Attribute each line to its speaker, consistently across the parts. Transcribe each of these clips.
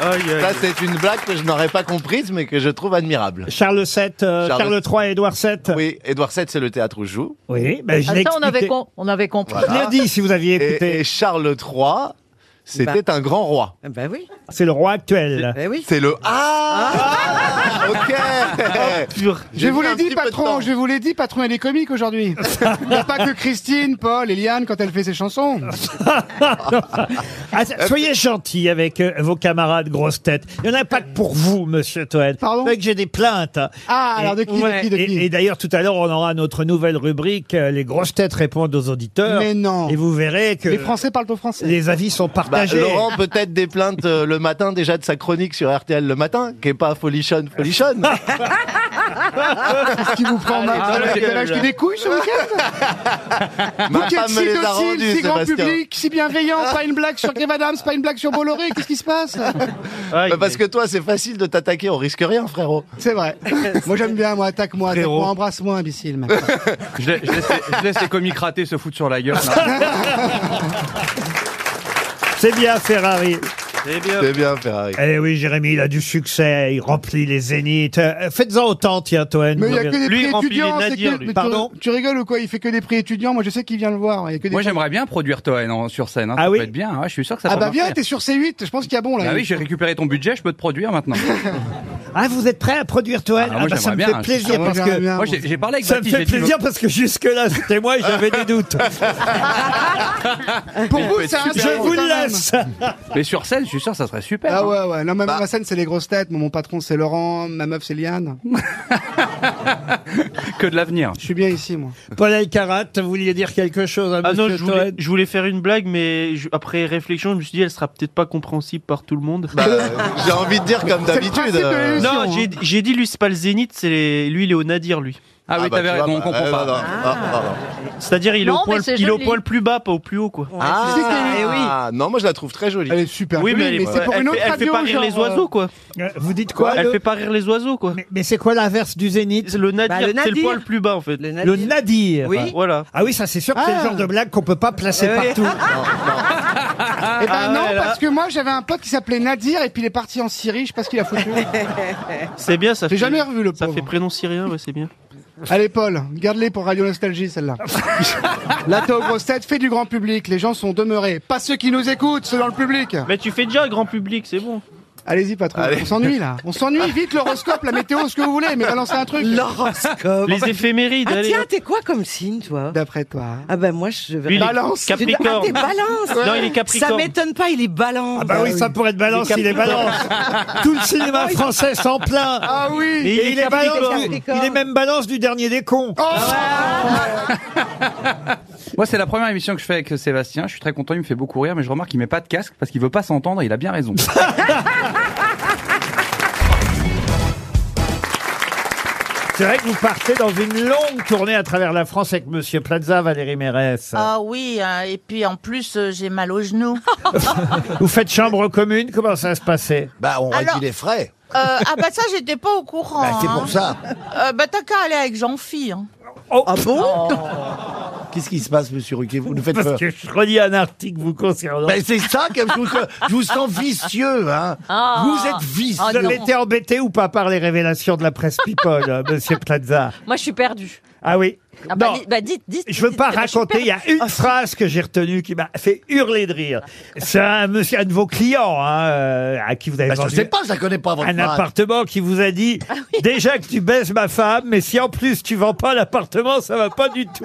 Speaker 1: Ça, c'est une blague que je n'aurais pas comprise, mais que je trouve admirable.
Speaker 2: Charles VII, euh,
Speaker 1: Charles-
Speaker 2: Charles III et Édouard VII.
Speaker 1: Oui, Édouard VII, c'est le théâtre où je joue.
Speaker 2: Oui,
Speaker 3: Ah,
Speaker 2: ben, je l'ai
Speaker 4: ça, on avait,
Speaker 2: expliqué.
Speaker 4: com- on avait compris.
Speaker 1: Voilà.
Speaker 2: Je l'ai dit si vous aviez écouté.
Speaker 1: Et, et Charles III, c'était
Speaker 5: Bah.
Speaker 1: un grand roi.
Speaker 3: Ben oui.
Speaker 2: C'est le roi actuel.
Speaker 3: Ben oui.
Speaker 1: C'est le... Ah
Speaker 5: Oh,
Speaker 1: Ok
Speaker 5: Je vous l'ai dit, patron,
Speaker 1: patron,
Speaker 5: je vous l'ai dit, patron, elle est comique aujourd'hui. Il n'y a pas que Christine, Paul, Eliane quand elle fait ses chansons. eh
Speaker 2: Ah, soyez gentil avec euh, vos camarades grosses têtes. Il n'y en a pas que pour vous, monsieur Toen.
Speaker 5: Pardon
Speaker 2: Vous savez que j'ai des plaintes.
Speaker 5: Ah,
Speaker 2: Et-
Speaker 5: alors de qui,
Speaker 3: ouais,
Speaker 5: de qui, de qui
Speaker 2: Et, et d'ailleurs, tout à l'heure, on aura notre nouvelle rubrique euh, Les grosses têtes répondent aux auditeurs.
Speaker 5: Mais non.
Speaker 2: Et vous verrez que
Speaker 5: Les Français parlent au français.
Speaker 2: les avis sont
Speaker 1: Bah,
Speaker 2: partagés.
Speaker 1: Laurent peut-être des plaintes euh, le matin déjà de sa chronique sur RTL le matin, qui est pas folichonne, folichonne.
Speaker 5: Ah, Qu'est-ce qui vous prend mal Vous
Speaker 1: dans la
Speaker 5: avez- vous
Speaker 1: gueule.
Speaker 5: avez acheté des couilles ce week-end
Speaker 1: Ma
Speaker 5: Quel
Speaker 1: femme me les a rendues,
Speaker 5: docile, si grand
Speaker 1: Sébastien.
Speaker 5: public, si bienveillant, pas une blague sur Kev Adams, pas une blague sur Bolloré, qu'est-ce qui se passe
Speaker 1: Bah, parce que toi, c'est facile de t'attaquer, on risque rien, frérot.
Speaker 5: C'est vrai. Moi j'aime bien, moi, attaque-moi, attaque-moi, embrasse-moi, imbécile. maintenant.
Speaker 6: Je, la- je laisse, les- je laisse les comiques ratés se foutre sur la gueule. là.
Speaker 2: C'est bien, Ferrari.
Speaker 1: C'est bien, Ferrari.
Speaker 2: Eh oui, Jérémy, il a du succès. Il remplit les zéniths. Euh, Faites-en autant, tiens, Toen.
Speaker 5: Mais il n'y a
Speaker 2: Vous
Speaker 5: que des
Speaker 2: verrez.
Speaker 5: prix
Speaker 7: remplit les
Speaker 5: étudiants. c'est
Speaker 7: nadirs,
Speaker 5: que-
Speaker 7: lui.
Speaker 5: mais tu-
Speaker 2: Pardon
Speaker 5: tu, rigoles ou quoi Il fait que des prix étudiants. Moi, je sais qu'il vient le voir. Il y a que des
Speaker 6: Moi,
Speaker 5: prix-
Speaker 6: j'aimerais bien produire Toen en- sur scène. hein.
Speaker 2: Ah
Speaker 6: ça
Speaker 2: oui
Speaker 6: peut être bien. ouais, je suis sûr que ça
Speaker 5: Ah
Speaker 6: peut
Speaker 5: bah viens,
Speaker 6: marcher.
Speaker 5: t'es sur C8. Je pense qu'il y a bon là.
Speaker 6: Bah oui, j'ai récupéré ton budget, je peux te produire maintenant.
Speaker 2: Ah, vous êtes prêt à produire, Toen
Speaker 6: Ah, moi,
Speaker 2: bah, Ça me
Speaker 6: j'aimerais
Speaker 2: fait
Speaker 6: bien.
Speaker 2: plaisir
Speaker 5: Ah,
Speaker 2: parce
Speaker 5: j'aimerais
Speaker 2: que
Speaker 5: bien.
Speaker 6: Moi, j'ai j'ai parlé avec
Speaker 2: Ça me
Speaker 6: Baptiste,
Speaker 2: fait
Speaker 6: j'ai dit,
Speaker 2: plaisir parce que jusque-là, c'était moi et j'avais des doutes.
Speaker 5: Pour vous, c'est un
Speaker 2: Je vous
Speaker 5: quand même.
Speaker 2: laisse.
Speaker 6: Mais sur scène, je suis sûr que ça serait super.
Speaker 5: Ah
Speaker 6: hein.
Speaker 5: ouais, ouais. Non,
Speaker 7: Bah.
Speaker 5: ma, ma scène, c'est les grosses têtes. Mon, mon patron, c'est Laurent. Ma meuf, c'est Liane.
Speaker 6: Que de l'avenir.
Speaker 5: Je suis bien ici, moi.
Speaker 2: Paul Alcarat, vous vouliez dire quelque chose à
Speaker 7: Ah non,
Speaker 2: Monsieur
Speaker 7: je voulais,
Speaker 2: Toen
Speaker 7: je voulais faire une blague, mais je- après réflexion, je me suis dit, elle sera peut-être pas compréhensible par tout le monde.
Speaker 1: Bah, j'ai envie de dire
Speaker 5: le
Speaker 1: comme
Speaker 5: principe
Speaker 1: d'habitude.
Speaker 5: de
Speaker 1: euh,
Speaker 5: l'émission.
Speaker 7: non, j'ai- j'ai dit, lui, c'est pas le zénith, c'est les- lui, il est au nadir, lui.
Speaker 6: Ah, oui,
Speaker 1: bah,
Speaker 6: t'avais
Speaker 1: tu vois,
Speaker 6: raison, on
Speaker 1: bah,
Speaker 6: comprend
Speaker 1: euh,
Speaker 6: pas.
Speaker 1: non, non, non, non, non.
Speaker 7: C'est-à-dire, il, est au
Speaker 4: Non, mais
Speaker 7: poil-
Speaker 4: c'est
Speaker 7: il est au
Speaker 4: joli.
Speaker 7: poil plus bas, pas au plus haut, quoi.
Speaker 1: Ah,
Speaker 5: c'est ça, eh
Speaker 1: non, moi je la trouve très jolie.
Speaker 8: Eh
Speaker 5: Elle est super
Speaker 7: oui,
Speaker 5: jolie,
Speaker 7: mais elle, est-
Speaker 5: c'est pour
Speaker 7: elle
Speaker 5: une
Speaker 7: fait,
Speaker 5: autre
Speaker 7: elle fait
Speaker 5: radio.
Speaker 7: pas rire
Speaker 5: genre,
Speaker 7: les oiseaux, quoi.
Speaker 2: Euh, Vous dites quoi
Speaker 7: elle
Speaker 2: le-
Speaker 7: fait pas rire les oiseaux, quoi.
Speaker 2: Mais, mais c'est quoi l'inverse du zénith
Speaker 7: C'est Le nadir,
Speaker 3: Bah, le
Speaker 7: c'est le
Speaker 3: nadir.
Speaker 7: poil plus bas, en fait.
Speaker 2: Le nadir.
Speaker 3: Oui.
Speaker 7: Voilà.
Speaker 2: Ah oui, ça c'est sûr que c'est le
Speaker 5: Ah.
Speaker 2: genre de blague qu'on peut pas placer
Speaker 3: Oui.
Speaker 2: partout.
Speaker 5: euh, Eh ben non,
Speaker 7: ouais, là.
Speaker 5: parce que moi, j'avais un pote qui s'appelait Nadir et puis il est parti en Syrie. Je sais pas ce qu'il a foutu.
Speaker 7: C'est bien, ça
Speaker 5: J'ai
Speaker 7: fait.
Speaker 5: jamais revu le
Speaker 7: Ça fait
Speaker 5: pauvre.
Speaker 7: prénom syrien, ouais, c'est bien.
Speaker 5: Allez Paul, garde-les pour Radio Nostalgie celle-là. Là t'es aux grosses têtes, fais du grand public, les gens sont demeurés. Pas ceux qui nous écoutent, ceux dans le public.
Speaker 7: Mais tu fais déjà grand public, c'est bon.
Speaker 5: Allez-y patron,
Speaker 1: Allez.
Speaker 5: on s'ennuie là. On s'ennuie, vite l'horoscope, la météo, ce que vous voulez, mais balancez un truc.
Speaker 3: L'horoscope.
Speaker 7: Les éphémérides,
Speaker 3: Euh, Ah
Speaker 7: allez.
Speaker 3: tiens, t'es quoi comme signe, toi
Speaker 9: Bah-
Speaker 5: D'après toi.
Speaker 3: Ah ben moi, je
Speaker 7: Lui, il
Speaker 3: vais...
Speaker 7: est
Speaker 5: Balance.
Speaker 3: Ah, t'es
Speaker 7: Capricorne.
Speaker 3: balance
Speaker 7: Non, il est
Speaker 3: Ça
Speaker 7: Capricorne.
Speaker 3: m'étonne pas, il est balance
Speaker 2: Ah bah oui, ça pourrait être balance, il est balance. Tout le cinéma français s'en plaint.
Speaker 5: Ah oui
Speaker 7: Et
Speaker 2: Et il, est balance du-
Speaker 3: Capricorne.
Speaker 2: il est même balance du dernier des cons.
Speaker 6: Moi, c'est la première émission que je fais avec Sébastien. Je suis très content, il me fait beaucoup rire, mais je remarque qu'il met pas de casque parce qu'il veut pas s'entendre. et Il a bien raison.
Speaker 2: C'est vrai que vous partez dans une longue tournée à travers la France avec Monsieur Plaza, Valérie Mérès.
Speaker 10: Ah oui, hein, et puis en plus, euh, j'ai mal aux genoux.
Speaker 2: Vous faites chambre commune, comment ça se passait
Speaker 8: Bah, on
Speaker 10: Alors-
Speaker 8: réduit les frais.
Speaker 10: Euh, ah bah ça, j'étais pas au courant.
Speaker 8: Bah, c'est
Speaker 10: hein.
Speaker 8: pour ça.
Speaker 10: Euh, bah t'as qu'à aller avec Jean-Phi. hein.
Speaker 3: Ah bon
Speaker 8: Qu'est-ce qui se passe, monsieur Ruquier Vous nous faites
Speaker 2: Parce
Speaker 8: peur.
Speaker 2: que je relis un article vous concernant.
Speaker 8: Ben, c'est ça que je vous, je vous sens vicieux, hein.
Speaker 10: Ah.
Speaker 8: vous êtes vicieux.
Speaker 10: Ah,
Speaker 2: Vous avez
Speaker 10: non.
Speaker 2: été embêté ou pas par les révélations de la presse People, euh, Monsieur Plaza
Speaker 11: Moi, je suis perdue.
Speaker 2: Ah oui.
Speaker 11: Ah bah,
Speaker 2: Non.
Speaker 11: di- bah, dites, dites.
Speaker 2: Je veux
Speaker 11: dites,
Speaker 2: pas
Speaker 11: bah, je suis
Speaker 2: raconter, il y a une phrase que j'ai retenue qui m'a fait hurler de rire. C'est un monsieur, un de vos clients, hein, euh, à qui vous avez
Speaker 8: Ben, je
Speaker 2: vendu
Speaker 8: sais pas, je la connais pas,
Speaker 11: Oh,
Speaker 8: votre
Speaker 2: un
Speaker 8: marque.
Speaker 2: appartement qui vous a dit
Speaker 11: Ah
Speaker 2: déjà que tu baises ma femme, mais si en plus tu vends pas l'appartement, ça va pas du tout.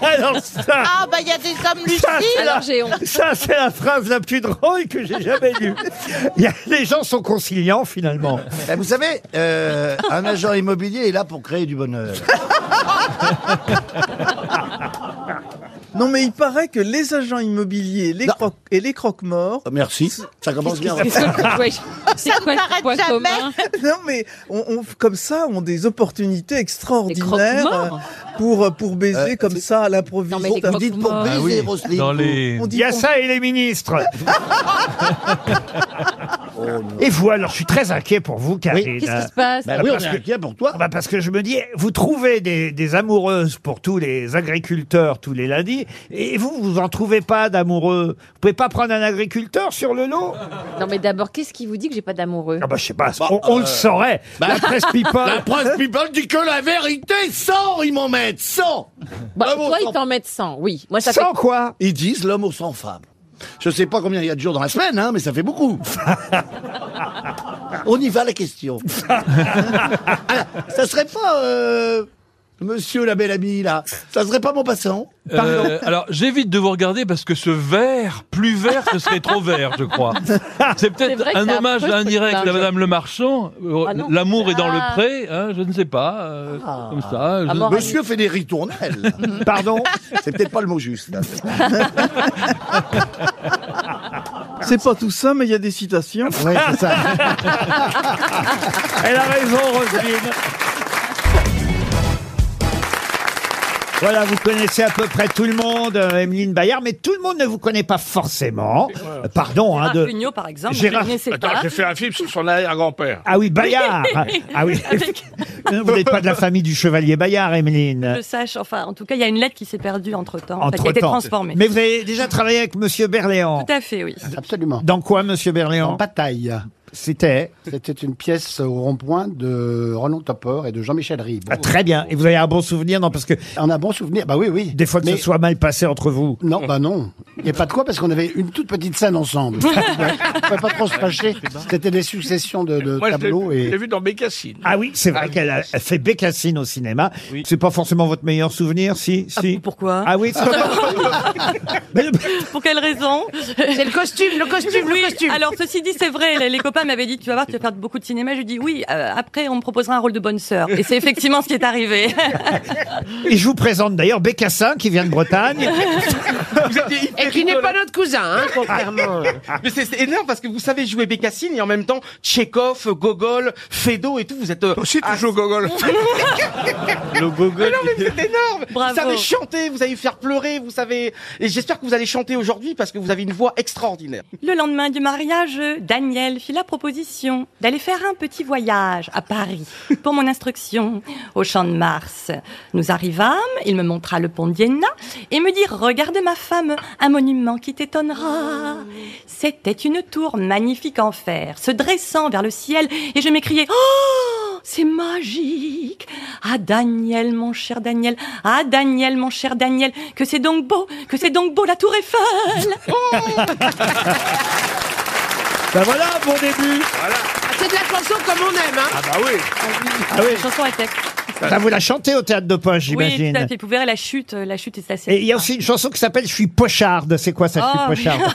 Speaker 2: Alors ça,
Speaker 10: Ah bah il y a des hommes
Speaker 2: ça, c'est
Speaker 10: lucides.
Speaker 2: la-
Speaker 11: Alors, j'ai honte.
Speaker 2: ça, c'est la phrase la plus drôle que j'ai jamais lue. Il y a- les gens sont conciliants finalement.
Speaker 8: Ben, vous savez, euh, un agent immobilier est là pour créer du bonheur.
Speaker 9: Non, mais il paraît que les agents immobiliers les
Speaker 8: Non.
Speaker 9: croque- et les croque-morts.
Speaker 8: Merci. Ça commence bien.
Speaker 11: perdue. Qu'est-ce que- ouais, je- C'est
Speaker 10: Ça ne
Speaker 11: quoi le
Speaker 10: s'arrête
Speaker 11: point
Speaker 10: jamais.
Speaker 11: commun
Speaker 9: Non, mais on, on- comme ça, ont des opportunités
Speaker 11: Les
Speaker 9: extraordinaires
Speaker 11: croque-morts.
Speaker 9: euh, pour, euh, pour baiser comme ça à l'improviste.
Speaker 11: Non, mais les
Speaker 8: Vous Ah dites pour
Speaker 11: croque-morts.
Speaker 4: hein.
Speaker 8: baiser, Roselyne.
Speaker 9: On
Speaker 2: Il y a
Speaker 9: qu'on-
Speaker 2: ça et les ministres. Et vous, alors, je suis très inquiet pour vous, Karine.
Speaker 11: Qu'est-ce qui se passe
Speaker 8: Bah oui, on
Speaker 2: Parce
Speaker 8: est
Speaker 2: que-
Speaker 8: inquiet pour toi.
Speaker 2: Ah bah, parce que je me dis, vous trouvez des, des amoureuses pour tous les agriculteurs tous les lundis, et vous, vous en trouvez pas d'amoureux. Vous pouvez pas prendre un agriculteur sur le lot
Speaker 11: Non, mais d'abord, qu'est-ce qui vous dit que j'ai pas d'amoureux
Speaker 2: Ah bah je sais pas, on, on le saurait. la presse people.
Speaker 4: euh, bah, La
Speaker 11: Hein
Speaker 4: presse people dit que la vérité, 100, ils m'en mettent, 100
Speaker 11: Bah,
Speaker 4: Ah bon,
Speaker 11: Toi, ils
Speaker 4: sans-
Speaker 11: t'en mettent 100, oui. Moi, ça
Speaker 2: Sans quoi
Speaker 4: Ils disent l'homme aux 100 femmes. Je sais pas combien il y a de jours dans la semaine, hein, mais ça fait beaucoup. On y va la question. Alors, ça serait pas euh, Monsieur la belle amie là, ça serait pas mon passant.
Speaker 12: Euh, alors, j'évite de vous regarder parce que ce vert, plus vert, ce serait trop vert, je crois. C'est peut-être
Speaker 11: vrai que
Speaker 12: un
Speaker 11: c'est
Speaker 12: hommage
Speaker 11: affreux, ce
Speaker 12: indirect
Speaker 11: truc-là.
Speaker 12: à Madame Le Marchand. Euh,
Speaker 11: Ah non.
Speaker 12: L'amour est dans
Speaker 11: Ah.
Speaker 12: le pré, hein, je ne sais pas. euh, Comme ça. je-
Speaker 11: Ah, mort.
Speaker 4: Monsieur fait des ritournelles.
Speaker 2: Pardon
Speaker 4: C'est peut-être pas le mot juste. là.
Speaker 9: C'est pas tout ça, mais il y a des citations.
Speaker 8: Ouais, c'est ça.
Speaker 2: Elle a raison, Roselyne. Voilà, vous connaissez à peu près tout le monde, euh, Emeline Bayard, mais tout le monde ne vous connaît pas forcément. Euh, Pardon,
Speaker 11: Ah,
Speaker 2: hein,
Speaker 13: Gérard
Speaker 2: de...
Speaker 13: Jugnot, par exemple,
Speaker 2: Gérard-
Speaker 13: je ne connaissais
Speaker 4: Attends,
Speaker 13: pas.
Speaker 4: j'ai fait un film sur son arrière-grand-père.
Speaker 2: Ah oui, Bayard Ah oui,
Speaker 13: Avec-
Speaker 2: vous n'êtes pas de la famille du chevalier Bayard, Emeline.
Speaker 13: Je sache, enfin, en tout cas, il y a une lettre qui s'est perdue entre-temps, enfin, qui a été
Speaker 2: Entre-temps.
Speaker 13: transformée.
Speaker 2: Mais vous avez déjà travaillé avec Monsieur Berléand.
Speaker 13: Tout à fait, oui.
Speaker 5: Absolument.
Speaker 2: Dans quoi, Monsieur Berléand
Speaker 5: bataille.
Speaker 2: C'était
Speaker 5: C'était une pièce au rond-point de Roland Topor et de Jean-Michel Ribes.
Speaker 2: Ah, Très bien. Et vous avez un bon souvenir, non Parce que
Speaker 5: On a bon souvenir. Bah oui, oui.
Speaker 2: des fois que
Speaker 5: Mais-
Speaker 2: ce soit mal passé entre vous.
Speaker 5: Non, bah non. Il n'y a pas de quoi parce qu'on avait une toute petite scène ensemble. On ne pas trop se fâcher. C'était des successions de, de tableaux et.
Speaker 4: vu dans Bécassine.
Speaker 2: Ah oui, c'est vrai qu'elle a elle fait Bécassine au cinéma. C'est pas forcément votre meilleur souvenir, si, si.
Speaker 13: Pourquoi
Speaker 2: Ah oui, Mais le-
Speaker 13: Pour quelle raison
Speaker 3: C'est le costume, le costume,
Speaker 13: Oui,
Speaker 3: le costume.
Speaker 13: alors ceci dit, c'est vrai, les, les copains m'avaient dit, tu vas voir, tu vas faire beaucoup de cinéma. Je dis, oui, euh, après, on me proposera un rôle de bonne sœur. Et c'est effectivement ce qui est arrivé.
Speaker 2: et je vous présente d'ailleurs Bécassin qui vient de Bretagne.
Speaker 3: Et qui n'est pas notre cousin, hein, contrairement.
Speaker 7: Ah, Mais c'est c'est énorme parce que vous savez jouer Bécassine et en même temps Tchekhov, Gogol, Fedo et tout, vous êtes... euh,
Speaker 4: Aussi, tu
Speaker 7: ah,
Speaker 4: joues au gogol.
Speaker 7: le Gogol... Mais non, mais c'est énorme
Speaker 13: Bravo.
Speaker 7: Vous savez chanter, vous savez faire pleurer, vous savez... Et j'espère que vous allez chanter aujourd'hui parce que vous avez une voix extraordinaire.
Speaker 13: Le lendemain du mariage, Daniel fit la proposition d'aller faire un petit voyage à Paris pour mon instruction au Champ de Mars. Nous arrivâmes, il me montra le pont d'Iéna et me dit Regarde ma femme, un monument qui t'étonnera. C'était une tour magnifique en fer, se dressant vers le ciel et je m'écriai Oh c'est magique. Ah Daniel, mon cher Daniel. Ah Daniel, mon cher Daniel. Que c'est donc beau. Que c'est donc beau. La tour Eiffel.
Speaker 2: ben voilà, bon début.
Speaker 3: Ah, c'est de la chanson comme on aime, hein.
Speaker 4: Ah bah oui.
Speaker 2: Ah oui.
Speaker 13: Chanson à texte.
Speaker 2: Ça Ben, vous la chantez au théâtre de poche,
Speaker 13: Ben Oui,
Speaker 2: j'imagine.
Speaker 13: tout à fait. Vous verrez la chute. euh, La chute est assez.
Speaker 2: et il y a aussi une chanson qui s'appelle Je suis pocharde. C'est quoi ça, Je suis
Speaker 13: Oh,
Speaker 2: pocharde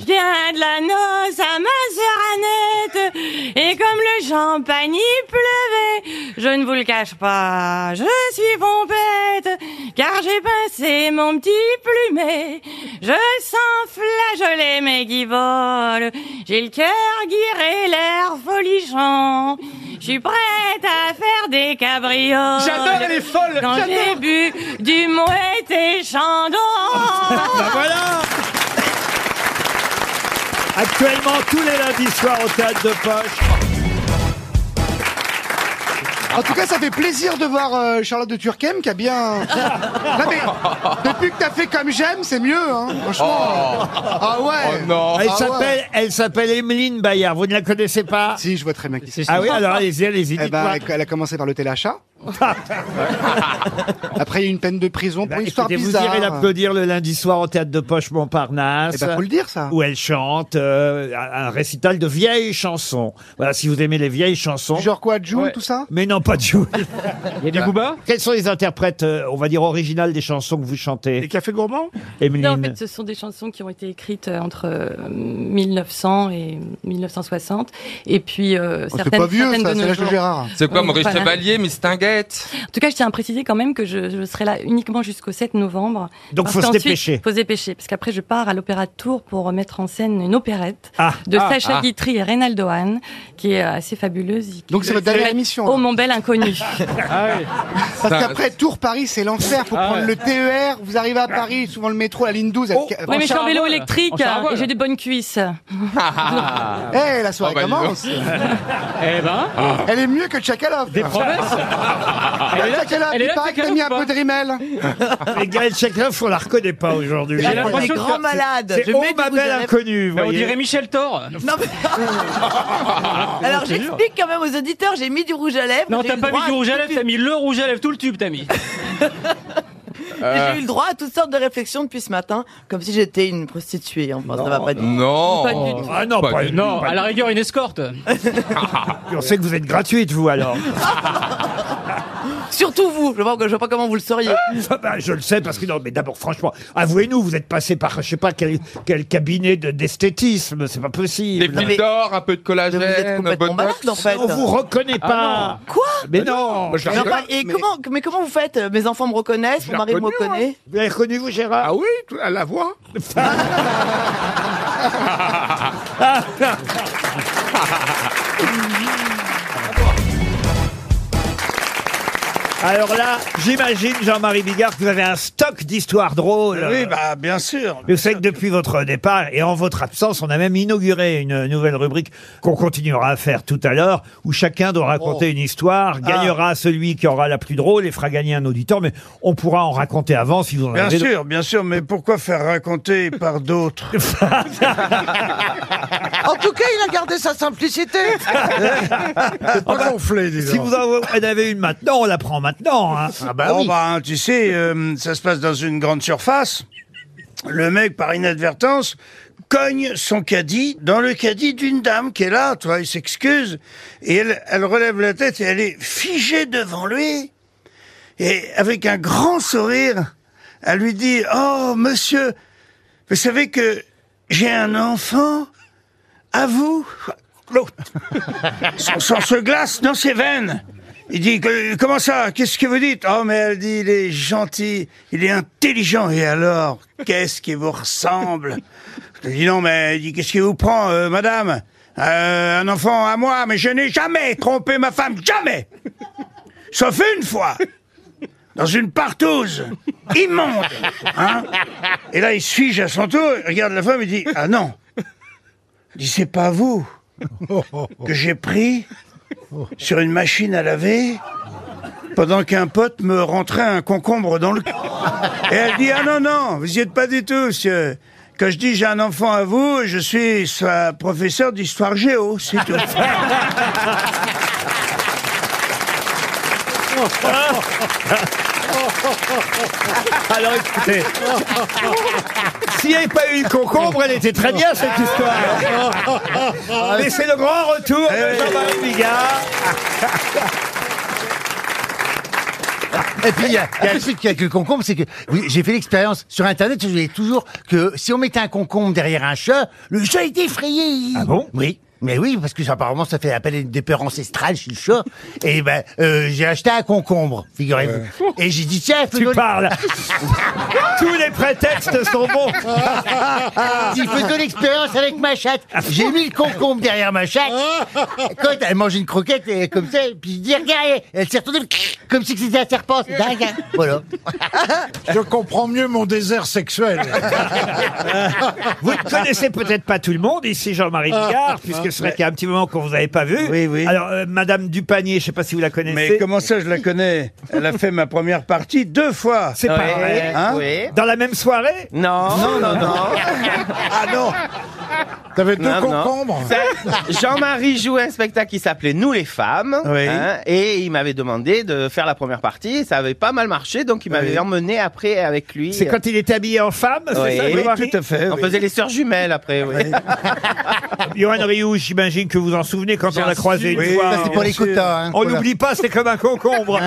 Speaker 13: Je viens de la noce à ma sœur Annette. Et comme le champagne y pleuvait, je ne vous le cache pas, je suis pompette. Car j'ai pincé mon petit plumet. Je sens flageoler mes guivolles. J'ai le cœur guiré, l'air folichon. Je suis prête à faire des cabrioles.
Speaker 7: J'adore, elle est folle
Speaker 13: Quand j'ai bu du mouette et chandon.
Speaker 2: Ben voilà Actuellement, tous les lundis soirs au théâtre de poche.
Speaker 5: En tout cas, ça fait plaisir de voir euh, Charlotte de Turquem qui a bien. Non, mais depuis que t'as fait comme j'aime, c'est mieux, hein, franchement. Ah ouais.
Speaker 13: Oh,
Speaker 4: non.
Speaker 2: Elle
Speaker 5: Ah
Speaker 2: s'appelle, elle s'appelle Emeline Bayard. Vous ne la connaissez pas
Speaker 5: Si, je vois très bien qui c'est.
Speaker 2: Ah oui, alors allez-y, allez-y.
Speaker 5: Eh ben,
Speaker 2: dites-moi.
Speaker 5: elle- elle a commencé par le téléachat. Après, il y a eu une peine de prison pour
Speaker 2: Bah,
Speaker 5: une histoire
Speaker 2: écoutez,
Speaker 5: bizarre.
Speaker 2: Vous irez l'applaudir le lundi soir au théâtre de Poche Montparnasse.
Speaker 5: Eh ben, faut le dire, ça.
Speaker 2: Où elle chante euh, un un récital de vieilles chansons. Voilà, si vous aimez les vieilles chansons.
Speaker 5: Genre quoi, June, tout ça
Speaker 2: Mais non, pas de Joule.
Speaker 7: Il y a du Booba
Speaker 2: Quels sont les interprètes, euh, on va dire, originales des chansons que vous chantez,
Speaker 4: cafés gourmands
Speaker 13: Non, en
Speaker 2: Emeline
Speaker 13: fait, ce sont des chansons qui ont été écrites euh, entre euh, 1900 et 1960. Et puis, euh,
Speaker 5: Oh, C'est
Speaker 13: certaines,
Speaker 5: pas vieux,
Speaker 13: certaines
Speaker 5: ça, Oh,
Speaker 13: de
Speaker 5: c'est
Speaker 13: nos
Speaker 5: l'âge de
Speaker 13: jours.
Speaker 5: Gérard.
Speaker 14: C'est quoi,
Speaker 13: Oui,
Speaker 14: Maurice
Speaker 13: voilà.
Speaker 14: Chevalier, Miss Tinguet
Speaker 7: Odette.
Speaker 13: En tout cas, je tiens à préciser quand même que je, je serai là uniquement jusqu'au 7 novembre.
Speaker 2: Donc,
Speaker 13: Parce
Speaker 2: faut se
Speaker 13: qu'ensuite-
Speaker 2: dépêcher.
Speaker 13: Faut se dépêcher, parce qu'après je pars à l'Opéra de Tours pour mettre en scène une opérette
Speaker 2: Ah.
Speaker 13: de
Speaker 2: Ah.
Speaker 13: Sacha
Speaker 2: Ah.
Speaker 13: Guitry et Reynaldo Hahn, qui est assez fabuleuse. et qui
Speaker 5: Donc, c'est votre dernière
Speaker 13: s'appelle
Speaker 5: émission, hein.
Speaker 13: Oh mon bel
Speaker 14: Ah.
Speaker 13: inconnu.
Speaker 5: Parce qu'après, Tours-Paris, c'est l'enfer. Faut prendre le TER. Vous arrivez à Paris, souvent le métro, la ligne 12. avec-
Speaker 13: Oui, mais je suis en vélo électrique
Speaker 5: En
Speaker 13: et j'ai des bonnes cuisses.
Speaker 15: Ah
Speaker 5: Eh, la soirée commence.
Speaker 14: Eh ben.
Speaker 5: Elle est mieux que Tchakalov.
Speaker 14: Des promesses
Speaker 5: Elle est là, Tchakalov.
Speaker 14: Elle est
Speaker 5: Il
Speaker 14: là,
Speaker 5: paraît que t'as
Speaker 14: Tchakalov,
Speaker 5: mis
Speaker 14: ou
Speaker 5: un
Speaker 14: pas
Speaker 5: peu de rimel.
Speaker 2: Mais Gaël Tchekloff, on la reconnaît pas aujourd'hui.
Speaker 14: J'ai l'impression que-
Speaker 2: C'est- C'est oh ma belle inconnue, vous
Speaker 14: Mais On
Speaker 2: voyez.
Speaker 14: dirait Michel Thor.
Speaker 16: Non, mais- Alors j'explique quand même aux auditeurs, j'ai mis du rouge à lèvres.
Speaker 14: Non,
Speaker 16: j'ai
Speaker 14: t'as
Speaker 16: eu le
Speaker 14: pas mis
Speaker 16: droit
Speaker 14: du
Speaker 16: à-
Speaker 14: rouge à lèvres, t'as mis le rouge à lèvres, tout le tube t'as mis.
Speaker 16: J'ai eu le droit à toutes sortes de réflexions depuis ce matin, comme si j'étais une prostituée. Enfin, ça va pas du tout.
Speaker 6: Non.
Speaker 16: Pas du
Speaker 14: Oh.
Speaker 16: tout.
Speaker 2: Ah non, pas, du-
Speaker 14: Non,
Speaker 2: pas
Speaker 14: à
Speaker 2: du-
Speaker 14: la rigueur, une escorte.
Speaker 2: On sait que vous êtes gratuite, vous alors.
Speaker 16: Surtout vous. Je vois, je vois pas comment vous le sauriez.
Speaker 2: Ah bah, je le sais parce que non, mais d'abord, franchement, avouez-nous, vous êtes passé par, je sais pas, quel, quel cabinet de- d'esthétisme, c'est pas
Speaker 6: Des
Speaker 2: possible.
Speaker 6: piles d'or, un peu de collagène,
Speaker 7: Eh,
Speaker 6: bonne boxe.
Speaker 2: On vous reconnaît pas.
Speaker 16: Quoi
Speaker 2: Mais non.
Speaker 4: Ah
Speaker 6: Moi, je la
Speaker 16: Mais,
Speaker 6: reconnais.
Speaker 16: enfin, et Comment, mais comment vous faites Mes enfants me reconnaissent, mon mari me reconnaît.
Speaker 2: Vous l'avez reconnu, vous, Gérard
Speaker 4: Ah oui, à la voix.
Speaker 2: Alors là, j'imagine, Jean-Marie Bigard, que vous avez un stock d'histoires drôles.
Speaker 15: Oui, bah, bien sûr.
Speaker 2: Mais vous savez que depuis votre départ et en votre absence, on a même inauguré une nouvelle rubrique qu'on continuera à faire tout à l'heure, où chacun doit raconter
Speaker 15: Oh.
Speaker 2: une histoire, gagnera celui qui aura la plus drôle et fera gagner un auditeur, mais on pourra en raconter avant si vous en
Speaker 15: Bien
Speaker 2: avez.
Speaker 15: sûr, bien sûr, mais pourquoi faire raconter par d'autres
Speaker 16: En tout cas, il a gardé sa simplicité.
Speaker 15: pas gonflé, bah, dis
Speaker 2: Si
Speaker 15: donc.
Speaker 2: vous en avez une maintenant, on la prend maintenant. hein.
Speaker 15: Ah bah, oh bah, hein, tu sais, euh, ça se passe dans une grande surface. Le mec, par inadvertance, cogne son caddie dans le caddie d'une dame qui est là, toi, il s'excuse. Et elle, elle relève la tête et elle est figée devant lui. Et avec un grand sourire, elle lui dit, oh, monsieur, vous savez que j'ai un enfant à vous. L'autre. Son sang se glace dans ses veines. Il dit, que- comment ça Qu'est-ce que vous dites Oh, mais elle dit, il est gentil, il est intelligent. Et alors, qu'est-ce qui vous ressemble Je lui dis, non, mais il dit, qu'est-ce qui vous prend, euh, madame Euh, Un enfant à moi, mais je n'ai jamais trompé ma femme, jamais Sauf une fois dans une partouze immonde. Hein et là, il se fige à son tour, il regarde la femme et dit Ah non Il dit C'est pas vous que j'ai pris sur une machine à laver pendant qu'un pote me rentrait un concombre dans le cul. Et elle dit Ah non, non, vous y êtes pas du tout, monsieur. Quand je dis j'ai un enfant à vous, je suis soit professeur d'histoire géo, c'est tout.
Speaker 2: Alors écoutez, s'il n'y avait pas eu le concombre, elle était très bien cette
Speaker 15: Ah,
Speaker 2: histoire. Mais c'est le grand retour
Speaker 15: Eh
Speaker 2: de Jean-Marie Bigard.
Speaker 17: Et puis, il y, a il y a un truc avec le concombre, c'est que oui, j'ai fait l'expérience sur Internet, je disais toujours que si on mettait un concombre derrière un chat, le chat était effrayé. Ah bon Oui. Mais oui, parce que ça, apparemment, ça fait appel à des peurs ancestrales chez le chat. Et ben, euh, j'ai acheté un concombre, figurez-vous. Et j'ai dit, tiens, faisons... Tu
Speaker 2: parles Tous les prétextes sont bons
Speaker 17: J'ai faisons l'expérience avec ma chatte.
Speaker 2: Ah,
Speaker 17: J'ai mis le concombre derrière ma chatte. Quand elle mangeait une croquette, et comme ça, et puis je dis, regarde, elle- elle s'est retournée comme si c'était un serpent. C'est dingue, hein Voilà.
Speaker 18: Je comprends mieux mon désert sexuel.
Speaker 2: Vous ne connaissez peut-être pas tout le monde ici, Jean-Marie
Speaker 15: Ah,
Speaker 2: Bigard,
Speaker 15: ah,
Speaker 2: puisque ce
Speaker 15: mais-
Speaker 2: serait qu'il y a un petit moment qu'on vous avait pas vu.
Speaker 15: Oui, oui.
Speaker 2: Alors, euh, Madame Dupanier, je ne sais pas si vous la connaissez.
Speaker 15: Mais comment ça, je la connais Elle a fait ma première partie deux fois. Hein
Speaker 2: C'est pas vrai. Dans la même soirée
Speaker 7: Non.
Speaker 15: Non, non, non.
Speaker 7: ah non
Speaker 18: T'avais
Speaker 15: deux
Speaker 7: hein.
Speaker 15: concombres.
Speaker 7: Jean-Marie jouait un spectacle qui s'appelait Nous les femmes.
Speaker 16: Ah
Speaker 15: Oui.
Speaker 7: hein, et il m'avait demandé de faire la première partie. Ça avait pas mal marché, donc il m'avait emmené après avec lui.
Speaker 2: C'est quand il était habillé en femme, c'est
Speaker 7: Oui.
Speaker 2: ça
Speaker 7: Oui,
Speaker 2: Jean-Marie
Speaker 7: tout à fait, On oui. faisait les sœurs jumelles après, oui.
Speaker 2: Johan Rioux, j'imagine que vous en souvenez quand on l'a croisé une
Speaker 17: Oui,
Speaker 2: fois.
Speaker 17: ça, c'est pour les
Speaker 2: Bien sûr.
Speaker 17: quotas, hein,
Speaker 2: On
Speaker 17: voilà.
Speaker 2: n'oublie pas, c'est comme un concombre.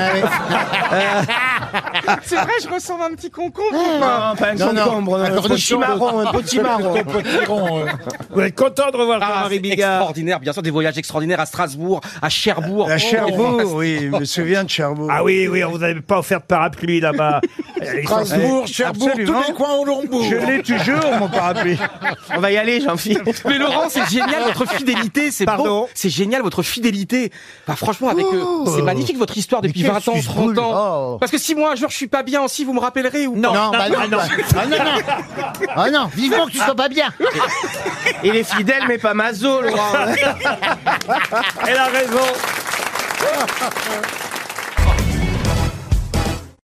Speaker 7: C'est vrai, je ressemble à un petit concombre. ou pas
Speaker 2: Non, pas un concombre,
Speaker 7: un
Speaker 2: euh,
Speaker 7: petit marron, un petit marron.
Speaker 2: Vous êtes content de revoir
Speaker 16: Ah,
Speaker 2: Jean-Marie Bigard
Speaker 7: Ah, Extraordinaire, bien sûr, des voyages extraordinaires à Strasbourg, à Cherbourg.
Speaker 15: À Cherbourg, oui, je me souviens de Cherbourg.
Speaker 2: Ah oui, oui, on vous avait pas offert de parapluie là-bas. Ils sont-
Speaker 18: Strasbourg, Cherbourg, tous les coins au Lombourg.
Speaker 15: Je l'ai toujours, mon parapluie.
Speaker 7: On va y aller, Jean-Philippe. Mais Laurent, c'est génial votre fidélité, c'est
Speaker 2: Pardon
Speaker 7: beau. C'est génial votre fidélité. Bah, franchement, avec euh, c'est magnifique votre histoire depuis
Speaker 2: Mais quelle
Speaker 7: 20 ans, 30
Speaker 2: suce-boule.
Speaker 7: ans. Parce que si moi un jour je suis pas bien aussi, vous me rappellerez ou
Speaker 2: Non,
Speaker 7: pas
Speaker 2: non, bah non, non.
Speaker 17: Ah non, non. Ah non, vivement que tu sois pas bien.
Speaker 7: Il est fidèle mais pas mazo, Laurent.
Speaker 2: Elle a raison.